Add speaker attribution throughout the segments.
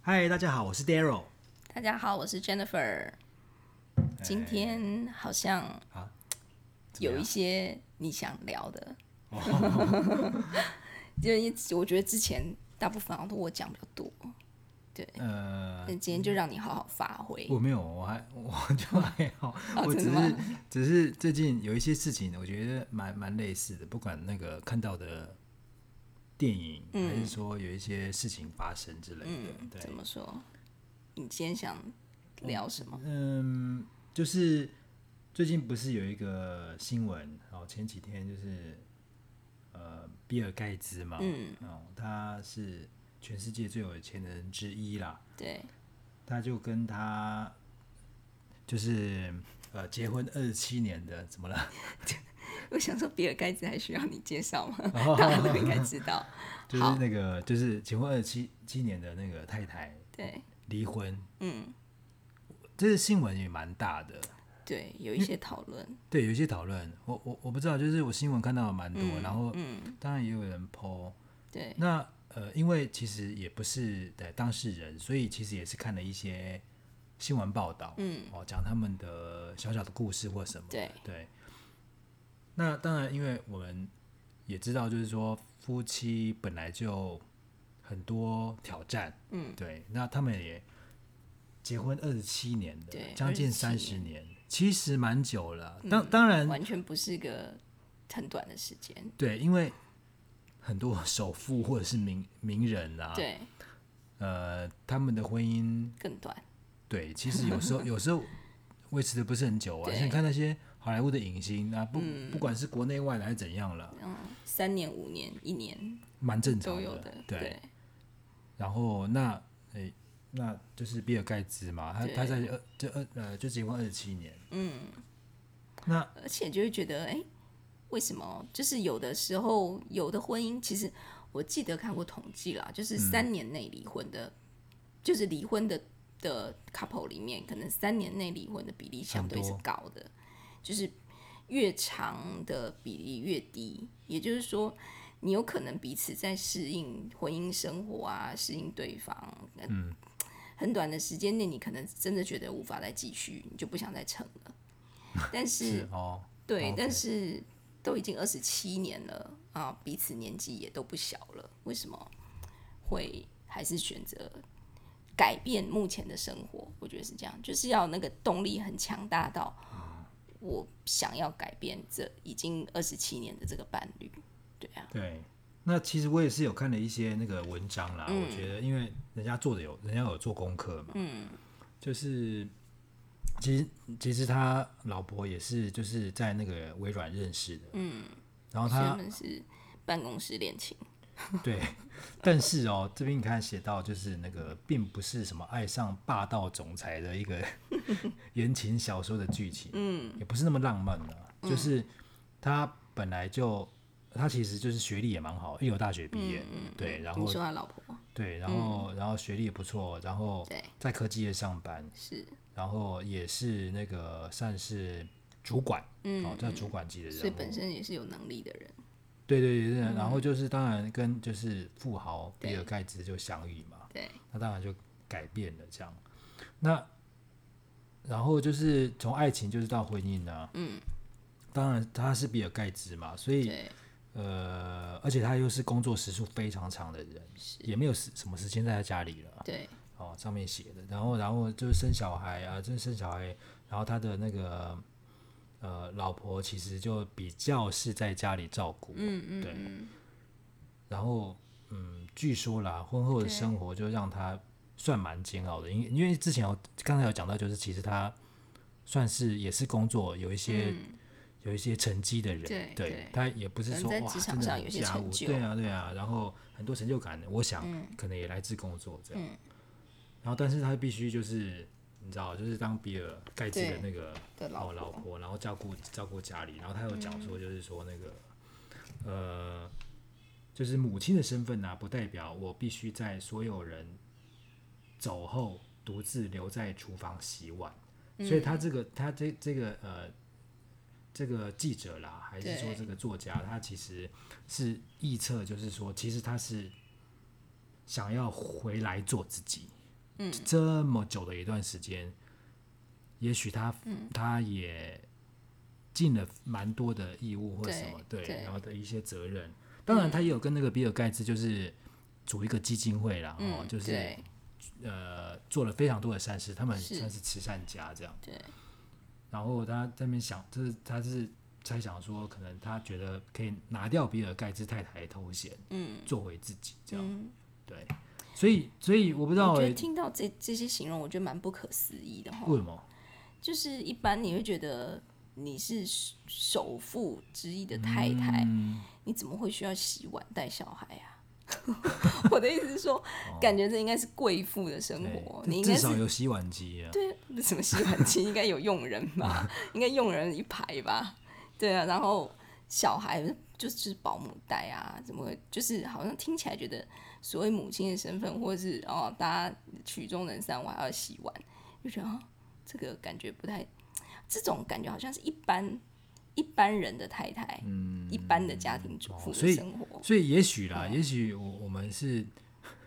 Speaker 1: 嗨，大家好，我是 Daryl。
Speaker 2: 大家好，我是
Speaker 1: 哎
Speaker 2: Jennifer。今天好像
Speaker 1: 啊怎么样
Speaker 2: 有一些你想聊的，
Speaker 1: 哦
Speaker 2: 因为我觉得之前大部分好像都我讲比较多，
Speaker 1: 呃，
Speaker 2: 但今天就让你好好发挥。
Speaker 1: 我没有，我还我 就还好，我只
Speaker 2: 哦真的
Speaker 1: 是只是最近有一些事情，我觉得蛮蛮类似的，不管那个看到的电影，还是说有一些事情发生之类的，
Speaker 2: 嗯，
Speaker 1: 对，
Speaker 2: 怎么说？你今天想聊什么？
Speaker 1: 嗯，就是最近不是有一个新闻，哦，前几天就是呃，比尔盖茨嘛，
Speaker 2: 嗯，
Speaker 1: 哦，他是全世界最有钱的人之一啦，
Speaker 2: 对，
Speaker 1: 他就跟他就是呃结婚二十七年的，怎么了？
Speaker 2: 我想说比尔盖茨还需要你介绍 吗？大家都应该知道。
Speaker 1: 就是
Speaker 2: 好
Speaker 1: 那个就是结婚二十七七年的那个太太
Speaker 2: 对，
Speaker 1: 离婚，
Speaker 2: 嗯，
Speaker 1: 这个新闻也蛮大的。
Speaker 2: 对，有一些讨论。
Speaker 1: 对，有一些讨论，我我我不知道，就是我新闻看到的蛮多，
Speaker 2: 嗯，
Speaker 1: 然后
Speaker 2: 嗯，
Speaker 1: 当然也有人 PO。
Speaker 2: 对，
Speaker 1: 那呃，因为其实也不是的当事人，所以其实也是看了一些新闻报道，
Speaker 2: 嗯，
Speaker 1: 哦，讲他们的小小的故事或什么的。
Speaker 2: 对
Speaker 1: 对。那当然，因为我们也知道，就是说夫妻本来就很多挑战，
Speaker 2: 嗯，
Speaker 1: 对。那他们也结婚二十七年的
Speaker 2: 对，
Speaker 1: 将近
Speaker 2: 27
Speaker 1: 三十年，其实蛮久了。当当然，
Speaker 2: 嗯完全不是一个很短的时间。
Speaker 1: 对，因为很多 首富或者是名名人啊，
Speaker 2: 对，
Speaker 1: 呃，他们的婚姻
Speaker 2: 更短。
Speaker 1: 对，其实有 时候有时候维持的不是很久啊。
Speaker 2: 对
Speaker 1: 像看那些好莱坞的影星啊，不、不管是国内外的还是怎样了，
Speaker 2: 嗯，三年、五年、一年
Speaker 1: 蛮正常
Speaker 2: 都
Speaker 1: 的。
Speaker 2: 有的。
Speaker 1: 对，
Speaker 2: 对
Speaker 1: 然后那诶、那就是比尔盖茨嘛，他
Speaker 2: 对
Speaker 1: 他在二就二呃就结婚二十七年，
Speaker 2: 嗯，
Speaker 1: 那
Speaker 2: 而且就会觉得，哎、为什么？就是有的时候，有的婚姻，其实我记得看过统计啦，就是三年内离婚的，就是离婚的的 couple 里面，可能三年内离婚的比例相对
Speaker 1: 很
Speaker 2: 是
Speaker 1: 多
Speaker 2: 高的，就是越长的比例越低。也就是说，你有可能彼此在适应婚姻生活啊，适应对方，嗯，很短的时间内，你可能真的觉得无法再继续，你就不想再撑了。但
Speaker 1: 是哦，
Speaker 2: 对
Speaker 1: OK
Speaker 2: 但是都已经二十七年了啊，彼此年纪也都不小了，为什么会还是选择改变目前的生活？我觉得是这样，就是要那个动力很强大到我想要改变这已经二十七年的这个伴侣。对啊，
Speaker 1: 对。那其实我也是有看了一些那个文章啦，我觉得因为人家做的有人家有做功课嘛，嗯，就是其实其实他老婆也是就是在那个微软认识的，嗯，然后
Speaker 2: 所以
Speaker 1: 他
Speaker 2: 他们是办公室恋情，
Speaker 1: 对，但是哦，这边你看写到就是那个，并不是什么爱上霸道总裁的一个 言情小说的剧情，嗯，也不是那么浪漫的、
Speaker 2: 嗯
Speaker 1: 就是他本来就他其实就是学历也蛮好，一流大学毕业，
Speaker 2: 嗯
Speaker 1: 对，然
Speaker 2: 你
Speaker 1: 后
Speaker 2: 说他老婆
Speaker 1: 对，然后、然后学历也不错，然后
Speaker 2: 对
Speaker 1: 在科技业上班，
Speaker 2: 是，
Speaker 1: 然后也是那个算是主管，
Speaker 2: 嗯
Speaker 1: 哦，在主管级的人物，
Speaker 2: 所以本身也是有能力的人。
Speaker 1: 对对对，
Speaker 2: 嗯
Speaker 1: 然后就是当然跟就是富豪比尔盖茨就相遇嘛，
Speaker 2: 对，
Speaker 1: 那当然就改变了这样。那然后就是从爱情就是到婚姻呢、
Speaker 2: 嗯，
Speaker 1: 当然他是比尔盖茨嘛，所以
Speaker 2: 对，
Speaker 1: 呃，而且他又是工作时数非常长的人，也没有时什么时间在他家里了
Speaker 2: 对，
Speaker 1: 哦，上面写的。然后然后就是生小孩啊，就是生小孩，然后他的那个呃老婆其实就比较是在家里照顾，
Speaker 2: 嗯嗯
Speaker 1: 对
Speaker 2: 嗯，
Speaker 1: 然后，嗯，据说啦，婚后的
Speaker 2: 对
Speaker 1: 生活就让他算蛮煎熬的，因因为之前有刚才有讲到，就是其实他算是也是工作有一些、有一些成绩的人，
Speaker 2: 嗯对对
Speaker 1: 他也不是
Speaker 2: 可能
Speaker 1: 说
Speaker 2: 在
Speaker 1: 哇
Speaker 2: 职
Speaker 1: 真
Speaker 2: 场
Speaker 1: 的
Speaker 2: 上
Speaker 1: 很
Speaker 2: 有些
Speaker 1: 家
Speaker 2: 成
Speaker 1: 务
Speaker 2: 就嗯
Speaker 1: 对啊对啊，然后很多成就感，我想可能也来自工作这样，然后但是他必须就是你知道，就是当比尔盖茨的
Speaker 2: 对
Speaker 1: 那个
Speaker 2: 的老
Speaker 1: 哦老
Speaker 2: 婆嗯
Speaker 1: 婆，然后照顾照顾家里，然后他有讲说，就是说那个、呃，就是母亲的身份呢、不代表我必须在所有人走后独自留在厨房洗碗，所以
Speaker 2: 嗯
Speaker 1: 他这个他这这个呃。这个记者啦，还是说
Speaker 2: 对
Speaker 1: 这个作家，他其实是臆测，就是说，其实他是想要回来做自己，嗯，这么久的一段时间，也许他、
Speaker 2: 嗯
Speaker 1: 他也尽了蛮多的义务或
Speaker 2: 对
Speaker 1: 什么，对，
Speaker 2: 对
Speaker 1: 然后的一些责任。当然，他也有跟那个比尔盖茨就是组一个基金会啦，哦，
Speaker 2: 嗯，
Speaker 1: 就是
Speaker 2: 对
Speaker 1: 呃做了非常多的善事，他们
Speaker 2: 是
Speaker 1: 算是慈善家这样。
Speaker 2: 对。
Speaker 1: 然后他在那边想，就是他是猜想说，可能他觉得可以拿掉比尔盖茨太太的头衔，嗯，做回自己这样。对，所以所以我不知道
Speaker 2: 嗯我觉
Speaker 1: 欸、
Speaker 2: 得听到这这些形容，我觉得蛮不可思议的哈。
Speaker 1: 为什么，
Speaker 2: 就是一般你会觉得你是首富之一的太太，
Speaker 1: 嗯
Speaker 2: 你怎么会需要洗碗带小孩啊？ 我的意思是说，感觉这应该是贵妇的生
Speaker 1: 哦
Speaker 2: 活，你
Speaker 1: 对，
Speaker 2: 应
Speaker 1: 至
Speaker 2: 该是
Speaker 1: 少有洗碗机啊。
Speaker 2: 对 什么洗碗机应该有佣人 吧？应该佣人一排吧？对啊，然后小孩就是保姆带啊，怎么会就是好像听起来觉得所谓母亲的身份，或者是哦大家曲终人散，我还要洗碗，就觉得啊、这个感觉不太，这种感觉好像是一般一般人的太太，嗯，一般的家庭主
Speaker 1: 哦
Speaker 2: 妇
Speaker 1: 所
Speaker 2: 的
Speaker 1: 以
Speaker 2: 生活，
Speaker 1: 所以也许啦，也许我我们是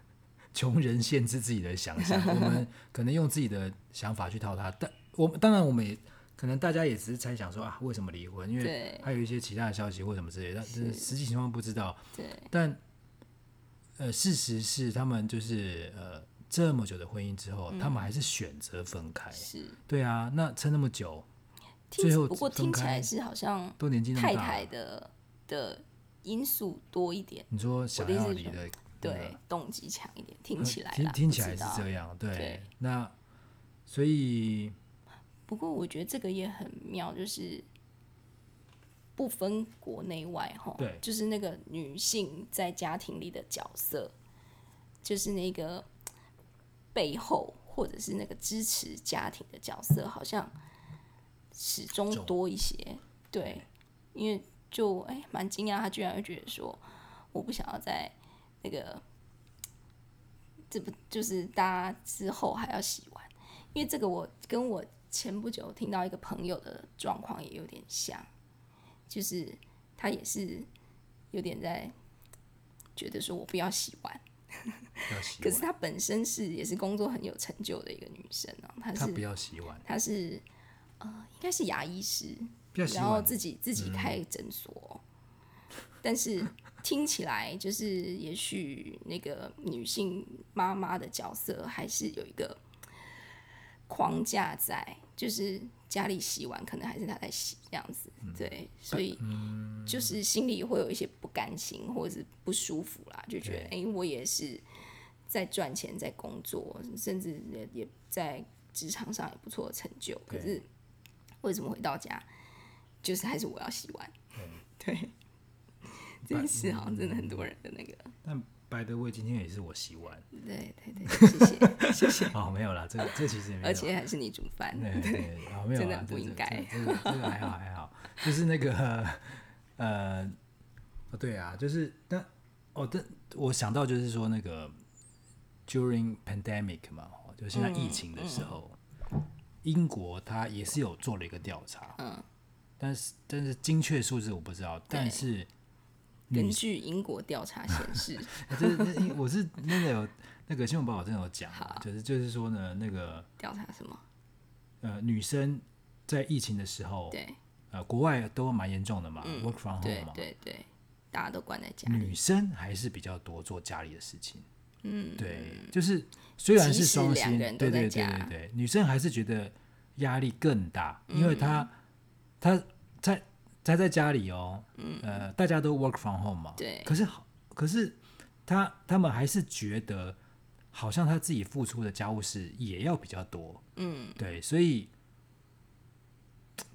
Speaker 1: 穷人限制自己的想 象，我们可能用自己的想法去套他。但我们当然我们也可能大家也只是猜想说啊，为什么离婚？因为
Speaker 2: 对
Speaker 1: 还有一些其他的消息或什么之类的，但是实际情况不知道。
Speaker 2: 对
Speaker 1: 但呃，事实是他们就是呃这么久的婚姻之后，
Speaker 2: 嗯
Speaker 1: 他们还是选择分开。
Speaker 2: 是。
Speaker 1: 对啊，那撑那么久，
Speaker 2: 听
Speaker 1: 最后
Speaker 2: 不过
Speaker 1: 分
Speaker 2: 听起来
Speaker 1: 开
Speaker 2: 是好像
Speaker 1: 都年纪那么
Speaker 2: 太
Speaker 1: 大了，
Speaker 2: 太的的因素多一点，
Speaker 1: 你说想
Speaker 2: 的意思
Speaker 1: 要
Speaker 2: 是
Speaker 1: 离
Speaker 2: 说
Speaker 1: 的那个
Speaker 2: 对，动机强一点，听
Speaker 1: 呃
Speaker 2: 起来啦
Speaker 1: 听听起
Speaker 2: 不
Speaker 1: 来
Speaker 2: 知
Speaker 1: 是
Speaker 2: 道
Speaker 1: 这样，对。
Speaker 2: 对
Speaker 1: 那所以
Speaker 2: 不过我觉得这个也很妙，就是不分国内外哈，
Speaker 1: 对
Speaker 2: 就是那个女性在家庭里的角色，就是那个背后或者是那个支持家庭的角色，好像始终
Speaker 1: 重
Speaker 2: 多一些。对，因为就哎蛮惊讶，他居然会觉得说我不想要在那个。这不就是大家之后还要洗碗？因为这个我跟我前不久听到一个朋友的状况也有点像，就是他也是有点在觉得说我不要洗碗，
Speaker 1: 要洗
Speaker 2: 可是
Speaker 1: 碗，
Speaker 2: 她本身是也是工作很有成就的一个女生啊，她
Speaker 1: 他不
Speaker 2: 是
Speaker 1: 要洗碗，
Speaker 2: 她是呃应该是牙医师，
Speaker 1: 不要洗
Speaker 2: 然后
Speaker 1: 碗，
Speaker 2: 自己自己开诊所，但是听起来就是也许那个女性妈妈的角色还是有一个框架在，就是家里洗碗可能还是她在洗这样子，对，所以就是心里会有一些不甘心或者是不舒服啦，就觉得哎、诶我也是在赚钱，在工作，甚至也也在职场上有不错的成就，可
Speaker 1: 对
Speaker 2: 是为什么回到家就是还是我要洗碗？
Speaker 1: 嗯
Speaker 2: 对，这件事好像真的很多人的那个，
Speaker 1: 但白德卫今天也是我洗碗，
Speaker 2: 对对对，谢谢谢谢，
Speaker 1: 哦，没有啦，这个这其实也没有，
Speaker 2: 而且还是你煮饭，
Speaker 1: 对对对，哦，没有
Speaker 2: 真的
Speaker 1: 啦，
Speaker 2: 很不
Speaker 1: 这
Speaker 2: 应
Speaker 1: 这
Speaker 2: 该
Speaker 1: 这这个这个还好还好， 就是那个呃，哦对啊，就是但哦，但我想到就是说那个 during pandemic 嘛，哦就现在
Speaker 2: 嗯
Speaker 1: 疫情的时候，英国它也是有做了一个调查，嗯，但是但是精确数字我不知道，但
Speaker 2: 对
Speaker 1: 是
Speaker 2: 根据英国调查显示，
Speaker 1: 呃这这我是那个有那个新闻报道真的有讲啊，就是就是说呢，那个
Speaker 2: 调查什么？
Speaker 1: 呃女生在疫情的时候，
Speaker 2: 对
Speaker 1: 呃，国外都蛮严重的嘛、w o r k from
Speaker 2: 嗯对
Speaker 1: home 嘛，
Speaker 2: 对对，大家都关在家里，
Speaker 1: 女生还是比较多做家里的事情。嗯，对，就是虽然是双
Speaker 2: 即使两
Speaker 1: 薪
Speaker 2: 个人，都
Speaker 1: 对
Speaker 2: 在
Speaker 1: 对对
Speaker 2: 家嗯
Speaker 1: 对对，女生还是觉得压力更大，因为她、她在她在家里哦，呃，大家都 work from home 嘛，
Speaker 2: 嗯对
Speaker 1: 可是好，可是她她们还是觉得好像她自己付出的家务事也要比较多，嗯，对，所以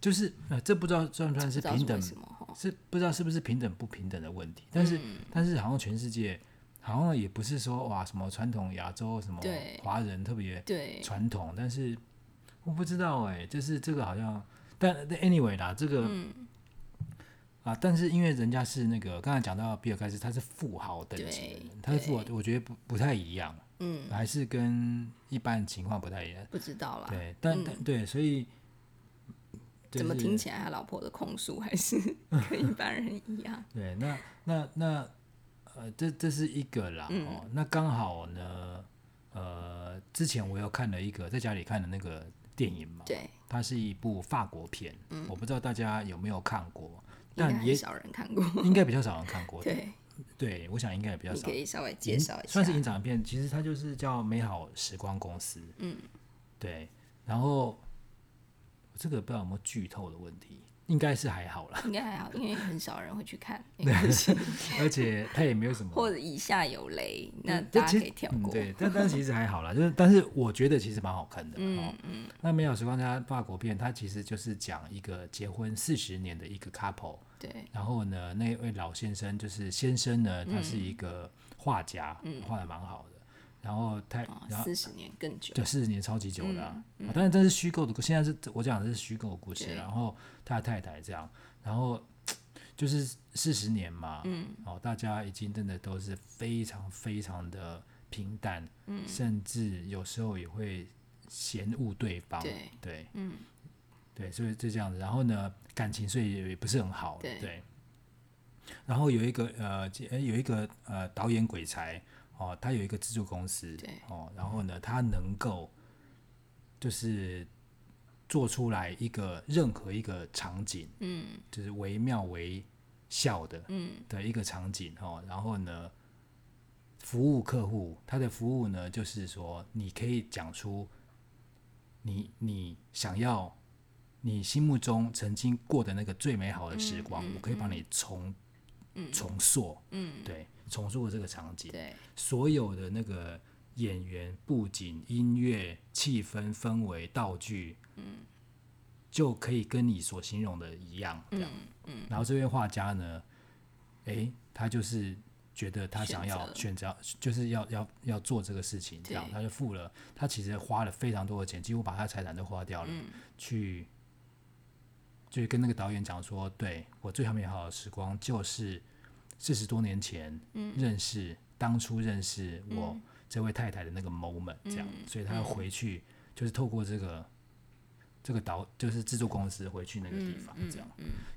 Speaker 1: 就是呃，这不知道算不算是
Speaker 2: 不知道是
Speaker 1: 平等
Speaker 2: 为什么哈。
Speaker 1: 是不知道是不是平等不平等的问题，但是、
Speaker 2: 嗯
Speaker 1: 但是好像全世界好像也不是说哇什么传统亚洲什么
Speaker 2: 对
Speaker 1: 华人特别
Speaker 2: 对，
Speaker 1: 传统，但是我不知道哎、就是这个好像，但但 anyway 啦，这个、
Speaker 2: 嗯
Speaker 1: 啊，但是因为人家是那个刚才讲到比尔盖茨，他是富豪等级的人
Speaker 2: 对，
Speaker 1: 他是富豪，我觉得不不太一样，
Speaker 2: 嗯，
Speaker 1: 还是跟一般情况不太一样，
Speaker 2: 不知道啦。
Speaker 1: 对，但、但对，所以、就是、
Speaker 2: 嗯怎么听起来他老婆的控诉还是 跟一般人一样？
Speaker 1: 对，那
Speaker 2: 嗯
Speaker 1: 那那呃，这这是一个啦、哦。那刚好呢，呃，之前我有看了一个在家里看的那个电影嘛，
Speaker 2: 对，
Speaker 1: 它是一部法国片，我不知道大家有没有看过，
Speaker 2: 嗯应该
Speaker 1: 但也
Speaker 2: 很少人看过。
Speaker 1: 应该比较少人看 过。
Speaker 2: 对，
Speaker 1: 对，我想应该也比较
Speaker 2: 你
Speaker 1: 少
Speaker 2: 可。以稍微介绍一下
Speaker 1: 算是。影展片，其实它就是叫《美好时光公司》。嗯，对。然后这个不知道有没有剧透的问题，应该是还好啦。
Speaker 2: 应该还好，因为很少人会去 看，没关系。
Speaker 1: 而且它也没有什么，
Speaker 2: 或者以下有雷，那
Speaker 1: 这
Speaker 2: 大家
Speaker 1: 其
Speaker 2: 可
Speaker 1: 实
Speaker 2: 以跳
Speaker 1: 嗯
Speaker 2: 过。
Speaker 1: 对，但但其实还好啦，就是但是我觉得其实蛮好看的。嗯嗯。那《美好时光》它法国片，它其实就是讲一个结婚四十年的一个 couple，
Speaker 2: 对
Speaker 1: 然后呢，那位老先生就是先生呢，
Speaker 2: 嗯
Speaker 1: 他是一个画家，画的蛮好的。然后他，然后
Speaker 2: 啊四十年更久。嗯
Speaker 1: 对，四十年超级久了、啊啊当然这是虚构的故，现在是我讲的是虚构的故事。
Speaker 2: 对
Speaker 1: 然后他的太太这样，然后就是四十年嘛，嗯，哦，大家已经真的都是非常非常的平淡，嗯，甚至有时候也会嫌恶对方，
Speaker 2: 对
Speaker 1: 对，嗯，对，所以就这样子。然后呢，感情所以也也不是很好，
Speaker 2: 对
Speaker 1: 然后有一个呃，接呃有一个呃导演鬼才哦，他有一个制作公司，
Speaker 2: 对
Speaker 1: 哦，然后呢，他能够就是做出来一个任何一个场景，
Speaker 2: 嗯
Speaker 1: 就是惟妙惟肖的
Speaker 2: 嗯，
Speaker 1: 的一个场景哦，然后呢，服务客户，他的服务呢，就是说你可以讲出你你想要你心目中曾经过的那个最美好的
Speaker 2: 嗯
Speaker 1: 时光，我可以帮你重、重塑，嗯，对，重塑这个场景，
Speaker 2: 对
Speaker 1: 所有的那个演员、布景、音乐、气氛、氛围、道具，嗯，就可以跟你所形容的一样，这样，嗯，然后这位画家呢，诶，他就是觉得他想要选择，就是要要要做这个事情，这样，
Speaker 2: 对
Speaker 1: 他就付了，他其实花了非常多的钱，几乎把他财产都花掉了，去。就跟那个导演讲说，对我最美好的时光就是四十多年前认识、当初认识我这位太太的那个 moment，这样，
Speaker 2: 嗯
Speaker 1: 所以他要回去，就是透过这个这个导，就是制作公司回去那个地方，这样，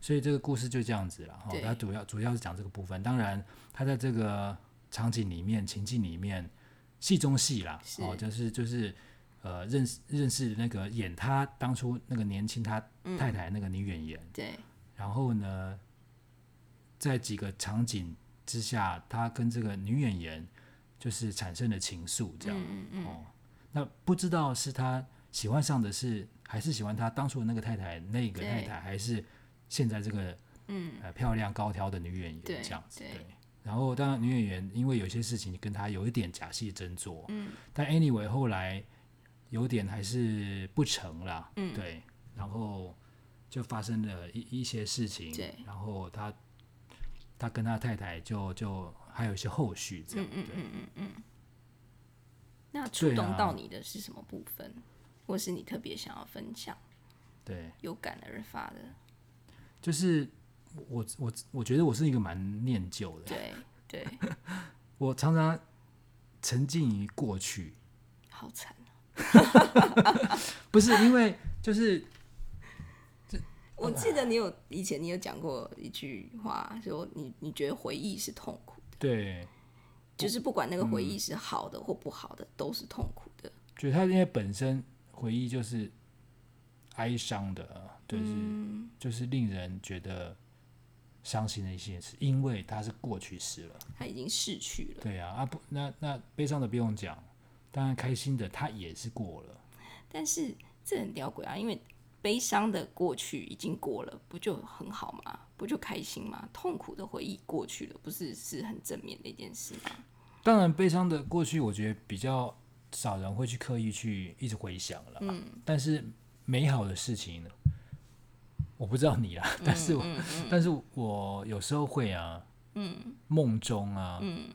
Speaker 1: 所以这个故事就这样子了。哈
Speaker 2: 嗯对，
Speaker 1: 它主要主要是讲这个部分，当然他在这个场景里面、情境里面，戏中戏啦，
Speaker 2: 是
Speaker 1: 哦，就是就是。呃，认识认识那个演他当初那个年轻他
Speaker 2: 嗯
Speaker 1: 太太那个女演员，
Speaker 2: 对
Speaker 1: 然后呢，在几个场景之下，他跟这个女演员就是产生了情愫，这样。嗯嗯哦，那不知道是他喜欢上的是，还是喜欢他当初的那个太太，那个
Speaker 2: 对
Speaker 1: 太太，还是现在这个嗯、呃、漂亮高挑的女演员
Speaker 2: 对
Speaker 1: 这样子？
Speaker 2: 对
Speaker 1: 对。然后，当然，女演员因为有些事情跟他有一点假戏真做，嗯，但 anyway 后来有点还是不成啦，嗯，对，然后就发生了一一些事情，
Speaker 2: 对
Speaker 1: 然后他他跟他太太就就还有一些后续这样，对，
Speaker 2: 那触
Speaker 1: 对
Speaker 2: 动
Speaker 1: 啊
Speaker 2: 到你的是什么部分，或是你特别想要分享、
Speaker 1: 对，
Speaker 2: 有感而发的？
Speaker 1: 就是我我我觉得我是一个蛮念旧的，
Speaker 2: 对对，
Speaker 1: 我常常沉浸于过去，
Speaker 2: 好惨啊！
Speaker 1: 不是因为就是
Speaker 2: 我记得你有以前你有讲过一句话，说你你觉得回忆是痛苦的，
Speaker 1: 对，
Speaker 2: 就是不管那个
Speaker 1: 嗯
Speaker 2: 回忆是好的或不好的，都是痛苦的。
Speaker 1: 觉得他因为本身回忆就是哀伤的，就是、就是令人觉得伤心的一些事，因为它是过去式了。
Speaker 2: 他已经逝去了，
Speaker 1: 对啊，啊不，那那悲伤的不用讲，当然开心的它也是过了。
Speaker 2: 但是这很吊诡啊，因为悲伤的过去已经过了，不就很好吗？不就开心吗？痛苦的回忆过去了，不是是很正面的一件事吗？
Speaker 1: 当然，悲伤的过去，我觉得比较少人会去刻意去一直回想了。嗯，但是美好的事情，我不知道你啦， 但是我、但是我有时候会啊，嗯，梦中啊，嗯，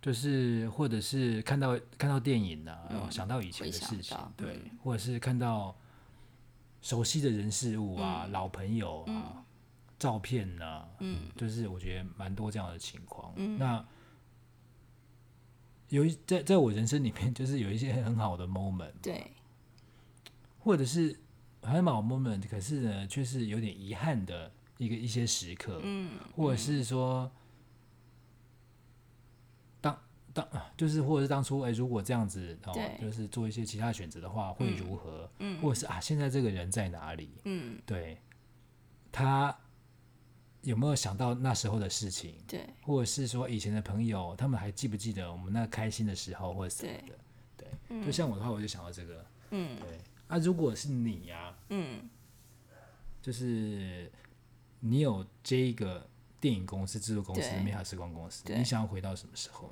Speaker 1: 就是或者是看到看到电影啊，然后想到以前的事
Speaker 2: 回
Speaker 1: 情
Speaker 2: 想到，
Speaker 1: 对，或者是看到熟悉的人事物啊，老朋友啊。照片啊，嗯，就是我觉得蛮多这样的情况。那有一在在我人生里面，就是有一些很好的 moment，
Speaker 2: 对
Speaker 1: 或者是很好的 moment，可是呢，却是有点遗憾的一个一些时刻，嗯，或者是说，当当就是或者是当初哎、如果这样子哦
Speaker 2: 对，
Speaker 1: 就是做一些其他选择的话，会如何？嗯，或者是啊，现在这个人在哪里？
Speaker 2: 嗯，
Speaker 1: 对，他有没有想到那时候的事情？
Speaker 2: 对
Speaker 1: 或者是说以前的朋友，他们还记不记得我们那开心的时候或者什么的？对，
Speaker 2: 嗯
Speaker 1: 就像我的话，我就想到这个，嗯，对。啊，如果是你呀、嗯，就是你有这一个电影公司、制作公司
Speaker 2: 对、
Speaker 1: 美好时光公司，
Speaker 2: 对
Speaker 1: 你想要回到什么时候？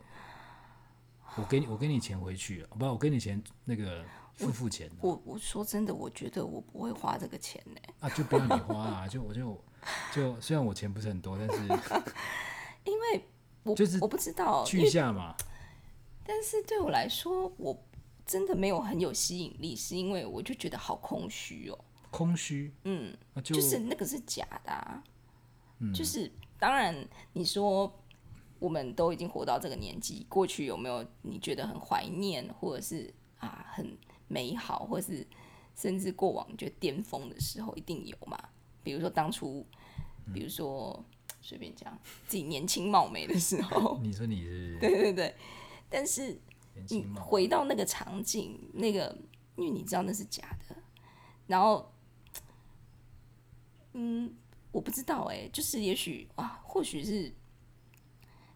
Speaker 1: 我给你，我给你钱回去，啊不，我给你钱那个付付钱啊的
Speaker 2: 我我说真的，我觉得我不会花这个钱呢、
Speaker 1: 啊，就不要你花啊， 就我就就虽然我钱不是很多，但 是
Speaker 2: 因为我
Speaker 1: 就是
Speaker 2: 我不知道，
Speaker 1: 去一下嘛，
Speaker 2: 但是对我来说，我真的没有很有吸引力，是因为我就觉得好空虚哦、
Speaker 1: 空虚，嗯，那就
Speaker 2: 就是那个是假的、啊，就是当然你说我们都已经活到这个年纪，过去有没有你觉得很怀念，或者是啊很美好，或是甚至过往觉得巅峰的时候，一定有嘛？比如说当初，比如说随便讲自己年轻貌美的时候，
Speaker 1: 你说你是
Speaker 2: 对对对，但是
Speaker 1: 年轻
Speaker 2: 你
Speaker 1: 貌
Speaker 2: 回到那个场景，那个因为你知道那是假的，然后，嗯，我不知道哎、就是也许啊，或许是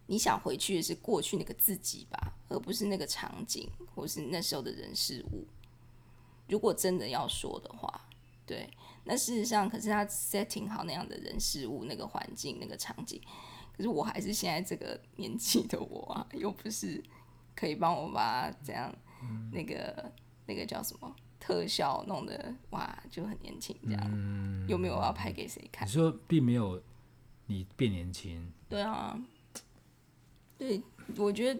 Speaker 2: 你想回去的是过去那个自己吧，而不是那个场景或是那时候的人事物。如果真的要说的话，对，那事实上，可是他 setting 好那样的人事物、那个环境、那个场景，可是我还是现在这个年纪的我啊，又不是可以帮我把它怎样、
Speaker 1: 嗯
Speaker 2: 那个那个叫什么特效弄得哇就很年轻这样，
Speaker 1: 嗯
Speaker 2: 又没有要拍给谁看
Speaker 1: 你？说并没有你变年轻，
Speaker 2: 对啊，对，我觉得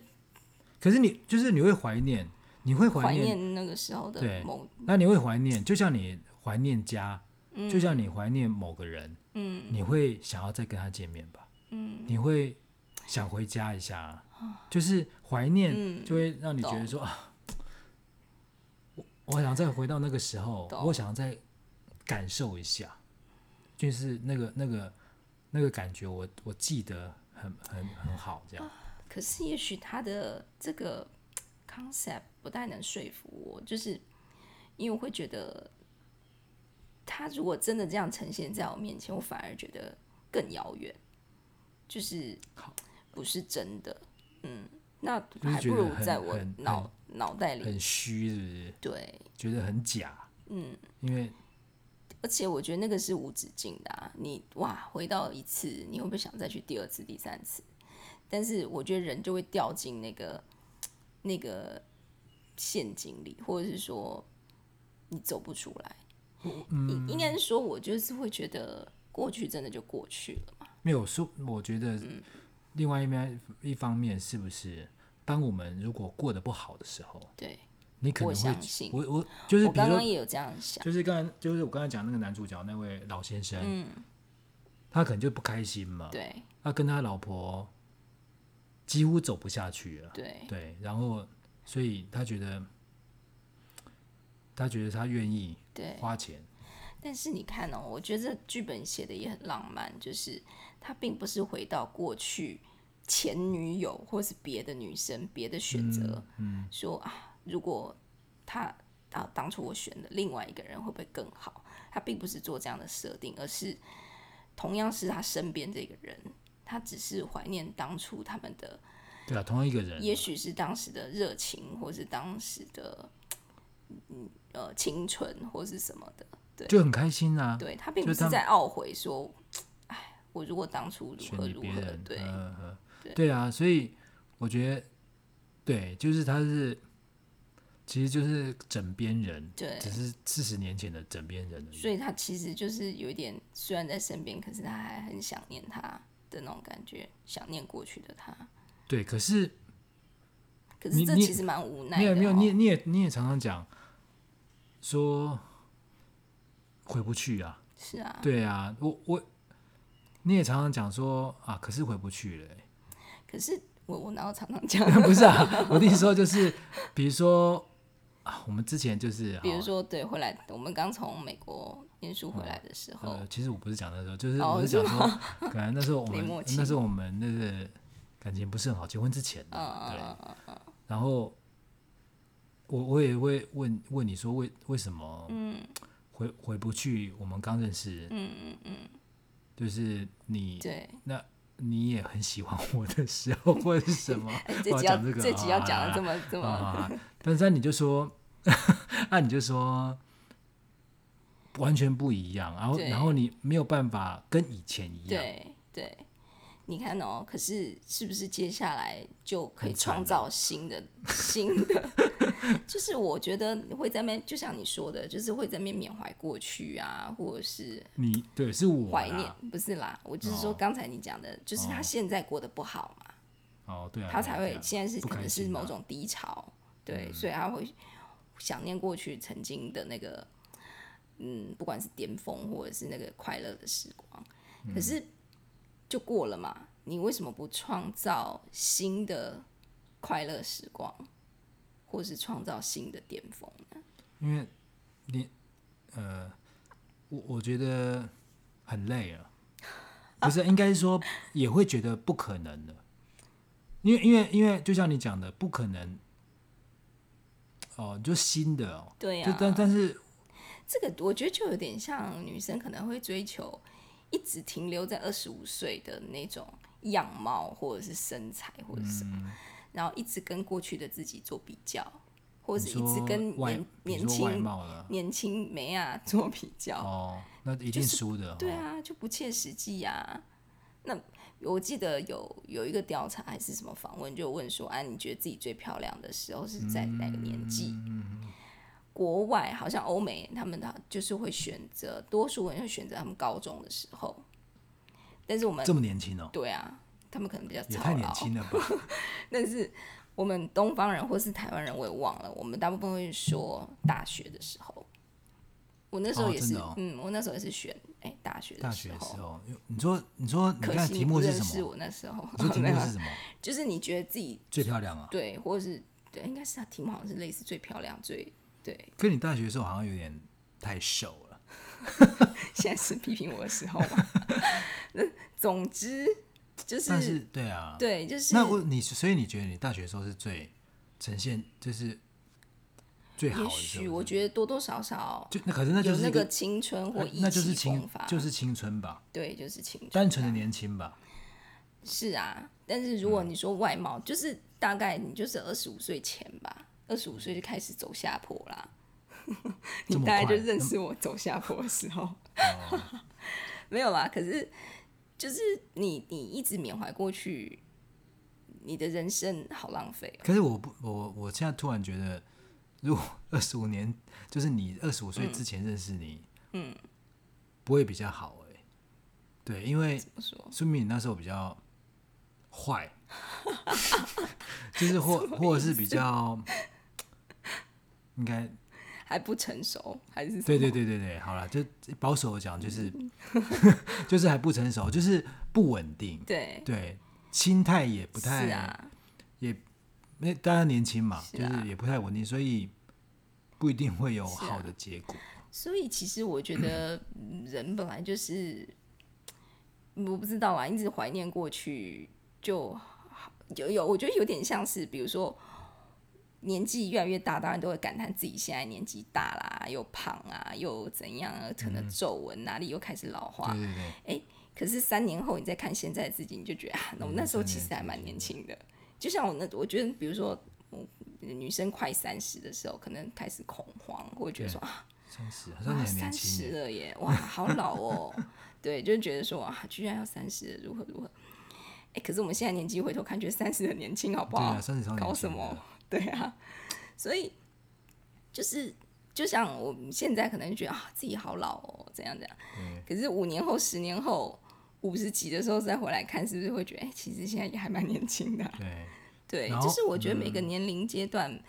Speaker 1: 可是你就是你会怀念，你会怀
Speaker 2: 怀
Speaker 1: 念，
Speaker 2: 念那个时候的
Speaker 1: 对
Speaker 2: 某
Speaker 1: 那你会怀念，就像你怀念家，就像你怀念某个人，嗯，你会想要再跟他见面吧，嗯，你会想回家一下啊，嗯就是怀念就会让你觉得说、啊，我我想再回到那个时候，
Speaker 2: 懂
Speaker 1: 我想再感受一下，就是那个那个那个感觉我，我记得很很很好这样。
Speaker 2: 可是也许他的这个 concept 不太能说服我，就是因为我会觉得，他如果真的这样呈现在我面前，我反而觉得更遥远，就是不是真的。嗯，那
Speaker 1: 是
Speaker 2: 还
Speaker 1: 觉
Speaker 2: 不
Speaker 1: 得
Speaker 2: 如
Speaker 1: 很
Speaker 2: 在我
Speaker 1: 很
Speaker 2: 脑脑袋里
Speaker 1: 很虚，是不是？
Speaker 2: 对。
Speaker 1: 觉得很假。嗯，因为
Speaker 2: 而且我觉得那个是无止境的啊！你哇，回到一次，你会不会想再去第二次、第三次？但是我觉得人就会掉进那个那个陷阱里，或者是说你走不出来。嗯，应该是说，我就是会觉得过去真的就过去了嘛。
Speaker 1: 没有说，我觉得
Speaker 2: 嗯
Speaker 1: 另外一面一方面是不是，当我们如果过得不好的时候，
Speaker 2: 对，
Speaker 1: 你可
Speaker 2: 我
Speaker 1: 能会
Speaker 2: 相信，
Speaker 1: 我我就是
Speaker 2: 我
Speaker 1: 比如
Speaker 2: 刚刚
Speaker 1: 说，
Speaker 2: 也有这样想。
Speaker 1: 就是刚才就是我刚才讲那个男主角那位老先生，
Speaker 2: 嗯，
Speaker 1: 他可能就不开心嘛，
Speaker 2: 对
Speaker 1: 他跟他老婆几乎走不下去了，
Speaker 2: 对
Speaker 1: 对，然后所以他觉得他觉得他愿意
Speaker 2: 对。
Speaker 1: 花钱，
Speaker 2: 但是你看哦，我觉得这剧本写的也很浪漫，就是他并不是回到过去前女友或是别的女生、别的选择，嗯，说啊，如果他啊当初我选的另外一个人会不会更好？他并不是做这样的设定，而是同样是他身边这个人，他只是怀念当初他们的
Speaker 1: 对啊，同样一个人，
Speaker 2: 也许是当时的热情，或是当时的嗯呃青春，或是什么的。
Speaker 1: 就很开心啊，
Speaker 2: 对他并
Speaker 1: 就
Speaker 2: 不
Speaker 1: 是他们
Speaker 2: 是在懊悔说，哎，我如果当初如
Speaker 1: 选
Speaker 2: 何
Speaker 1: 你
Speaker 2: 如
Speaker 1: 别
Speaker 2: 何
Speaker 1: 人，，
Speaker 2: 对，
Speaker 1: 嗯嗯
Speaker 2: 对
Speaker 1: 对啊，所以我觉得，对，就是他是，其实就是枕边人，
Speaker 2: 对
Speaker 1: 只是四十年前的枕边人而已。
Speaker 2: 所以他其实就是有一点，虽然在身边，可是他还很想念他的那种感觉，想念过去的他。
Speaker 1: 对，可是
Speaker 2: 可是
Speaker 1: 你
Speaker 2: 这
Speaker 1: 你
Speaker 2: 其实蛮无奈
Speaker 1: 没
Speaker 2: 的、
Speaker 1: 有
Speaker 2: 哦，
Speaker 1: 没有，你也你也你也常常讲说回不去啊，
Speaker 2: 是啊，
Speaker 1: 对啊，我我你也常常讲说啊，可是回不去了欸、
Speaker 2: 可是我我哪有常常讲，
Speaker 1: 不是啊，我的意思说就是，比如说啊，我们之前就是，
Speaker 2: 比如
Speaker 1: 好
Speaker 2: 说对，回来我们刚从美国念书回
Speaker 1: 嗯
Speaker 2: 来的时候，
Speaker 1: 呃，其实我不是讲那时候，就是
Speaker 2: 哦
Speaker 1: 我是
Speaker 2: 是
Speaker 1: 讲说，可能那时候我
Speaker 2: 没
Speaker 1: 们
Speaker 2: 默契
Speaker 1: 那时候我们那个感情不是很好，结婚之前
Speaker 2: 嗯
Speaker 1: 的，
Speaker 2: 嗯
Speaker 1: 对，
Speaker 2: 嗯嗯嗯，
Speaker 1: 然后我我也会问问你说为为什么
Speaker 2: 嗯
Speaker 1: 回回不去我们刚认识，嗯嗯嗯，就是你
Speaker 2: 对。
Speaker 1: 那你也很喜欢我的时候或者是什么
Speaker 2: 哎，
Speaker 1: 我
Speaker 2: 这集要
Speaker 1: 讲这个，
Speaker 2: 集要讲的这
Speaker 1: 么
Speaker 2: 么这 么，
Speaker 1: 啊，但是啊你就说， 那、你就说。完全不一样，然后
Speaker 2: 对
Speaker 1: 然后你没有办法跟以前一样，
Speaker 2: 对对，你看哦，可是是不是接下来就可以
Speaker 1: 很啊惨
Speaker 2: 创
Speaker 1: 啊
Speaker 2: 造新的新 的？就是我觉得会在面，就像你说的，就是会在面缅怀过去啊，或者是
Speaker 1: 你对是我
Speaker 2: 怀
Speaker 1: 啦
Speaker 2: 念，不是啦，我就是
Speaker 1: 哦
Speaker 2: 说刚才你讲的，就是他
Speaker 1: 哦
Speaker 2: 现在过得不好嘛，
Speaker 1: 哦，对啊，
Speaker 2: 他
Speaker 1: 对啊
Speaker 2: 才
Speaker 1: 对
Speaker 2: 会
Speaker 1: 啊
Speaker 2: 现在是
Speaker 1: 不
Speaker 2: 可
Speaker 1: 开
Speaker 2: 能是
Speaker 1: 心
Speaker 2: 某
Speaker 1: 啊嗯
Speaker 2: 种低潮，对，所以他会想念过去曾经的那个，嗯，不管是巅峰或者是那个快乐的时光，
Speaker 1: 嗯
Speaker 2: 可是就过了嘛，你为什么不创造新的快乐时光，或是创造新的巅峰呢？
Speaker 1: 因为你呃，我我觉得很累 了，不是，应该是说也会觉得不可能了，因为因为因为就像你讲的，不可能哦，就新的哦，
Speaker 2: 对啊呀、
Speaker 1: 就但但是
Speaker 2: 这个我觉得就有点像女生可能会追求一直停留在二十五岁的那种样貌或者是身材或者什么，
Speaker 1: 嗯
Speaker 2: 然后一直跟过去的自己做比较，或者
Speaker 1: 你
Speaker 2: 是一直
Speaker 1: 说
Speaker 2: 跟
Speaker 1: 外
Speaker 2: 年
Speaker 1: 你
Speaker 2: 年
Speaker 1: 说外
Speaker 2: 轻
Speaker 1: 貌了
Speaker 2: 年轻美啊做比较，
Speaker 1: 哦，那一定输的、哦，
Speaker 2: 对啊，就不切实际啊。那我记得有有一个调查还是什么访问，就问说，啊，你觉得自己最漂亮的时候是在哪个年纪？
Speaker 1: 嗯
Speaker 2: 国外好像欧美他们的就是会选择，多数人会选择他们高中的时候，但是我们
Speaker 1: 这么年轻哦，
Speaker 2: 对啊，他们可能比较
Speaker 1: 也
Speaker 2: 操
Speaker 1: 太年
Speaker 2: 劳，
Speaker 1: 轻了吧？
Speaker 2: 但是我们东方人或是台湾人，我也忘了，我们大部分会说大学的时候。我那时候
Speaker 1: 哦
Speaker 2: 也
Speaker 1: 真
Speaker 2: 是，
Speaker 1: 的哦
Speaker 2: 嗯，我那时候也是选哎、大学
Speaker 1: 大
Speaker 2: 的
Speaker 1: 学
Speaker 2: 时
Speaker 1: 的
Speaker 2: 候
Speaker 1: 时，候，你说你说你
Speaker 2: 可
Speaker 1: 看
Speaker 2: 惜
Speaker 1: 题
Speaker 2: 你不
Speaker 1: 目是
Speaker 2: 认
Speaker 1: 什
Speaker 2: 识
Speaker 1: 么？
Speaker 2: 我那时候
Speaker 1: 你说，题目
Speaker 2: 没有啊
Speaker 1: 是什么？
Speaker 2: 就是你觉得自己
Speaker 1: 最漂亮啊？
Speaker 2: 对，或者是对，应该是他题目好像是类似最漂亮、最对。
Speaker 1: 可你大学的时候好像有点太瘦了。
Speaker 2: 现在是批评我的时候嘛。 总之就是
Speaker 1: 但是对啊，
Speaker 2: 对，就是
Speaker 1: 那我你所以你觉得你大学的时候是最呈现就是最好
Speaker 2: 也
Speaker 1: 的时候
Speaker 2: 许
Speaker 1: 是不
Speaker 2: 我
Speaker 1: 是，
Speaker 2: 觉得多多少少
Speaker 1: 就那可是那就
Speaker 2: 有
Speaker 1: 是
Speaker 2: 那
Speaker 1: 一个
Speaker 2: 个青春或
Speaker 1: 那
Speaker 2: 意
Speaker 1: 那就是
Speaker 2: 气
Speaker 1: 青
Speaker 2: 风发，
Speaker 1: 就是青春吧，
Speaker 2: 对，就是青春
Speaker 1: 单纯的
Speaker 2: 啊
Speaker 1: 年轻吧。
Speaker 2: 是啊。但是如果你说外貌，就是大概你就是二十五岁前吧，二十五岁就开始走下坡啦。你
Speaker 1: 这么哦
Speaker 2: 大概就
Speaker 1: 快
Speaker 2: 认
Speaker 1: 那
Speaker 2: 识我走下坡的时候， 没有啦。可是就是你，你一直缅怀过去，你的人生好浪费哦、
Speaker 1: 可是我不我我现在突然觉得，如果 二十五年就是你二十五岁之前认识你，嗯，不会比较好哎、对，因为
Speaker 2: 怎么说？
Speaker 1: 说明你那时候比较 坏，就是或或者是比较应该
Speaker 2: 还不成熟，还是什
Speaker 1: 对
Speaker 2: 么
Speaker 1: 对对对对，好了，就保守的讲就是 就是还不成熟，就是不稳定，
Speaker 2: 对
Speaker 1: 对，心态也不太
Speaker 2: 是啊，
Speaker 1: 也那当然年轻嘛，
Speaker 2: 是
Speaker 1: 就
Speaker 2: 啊
Speaker 1: 是也不太稳定，所以不一定会有
Speaker 2: 是啊
Speaker 1: 好的结果。
Speaker 2: 所以其实我觉得嗯人本来就是，我不知道啊，一直怀念过去就有有，我觉得有点像是，比如说年纪越来越大，当然都会感叹自己现在年纪大啦，又胖啊，又怎样啊，可能皱纹哪里又开始老化
Speaker 1: 对。对对，
Speaker 2: 可是三年后你再看现在的自己，你就觉得啊，那我那时候其实还蛮年轻的。就像我那，我觉得比如说，我女生快三十的时候，可能开始恐慌，或者觉得说啊。
Speaker 1: 三十好像
Speaker 2: 哇，
Speaker 1: 你很年
Speaker 2: 三
Speaker 1: 轻
Speaker 2: 十
Speaker 1: 耶，
Speaker 2: 了耶，哇，好老哦。对，就觉得说啊，居然要三十，如何如何。哎、可是我们现在年纪回头看，觉得三十的年轻，好不
Speaker 1: 对
Speaker 2: 好？
Speaker 1: 啊，三十超年
Speaker 2: 搞
Speaker 1: 轻
Speaker 2: 什么
Speaker 1: 的。？
Speaker 2: 对啊，所以就是就像我们现在可能觉得啊自己好老哦，怎样怎样。可是五年后、十年后、五十几的时候再回来看，是不是会觉得哎、其实现在也还蛮年轻的啊、
Speaker 1: 对，
Speaker 2: 对，
Speaker 1: 然
Speaker 2: 就
Speaker 1: 后嗯
Speaker 2: 是我觉得每个年龄阶段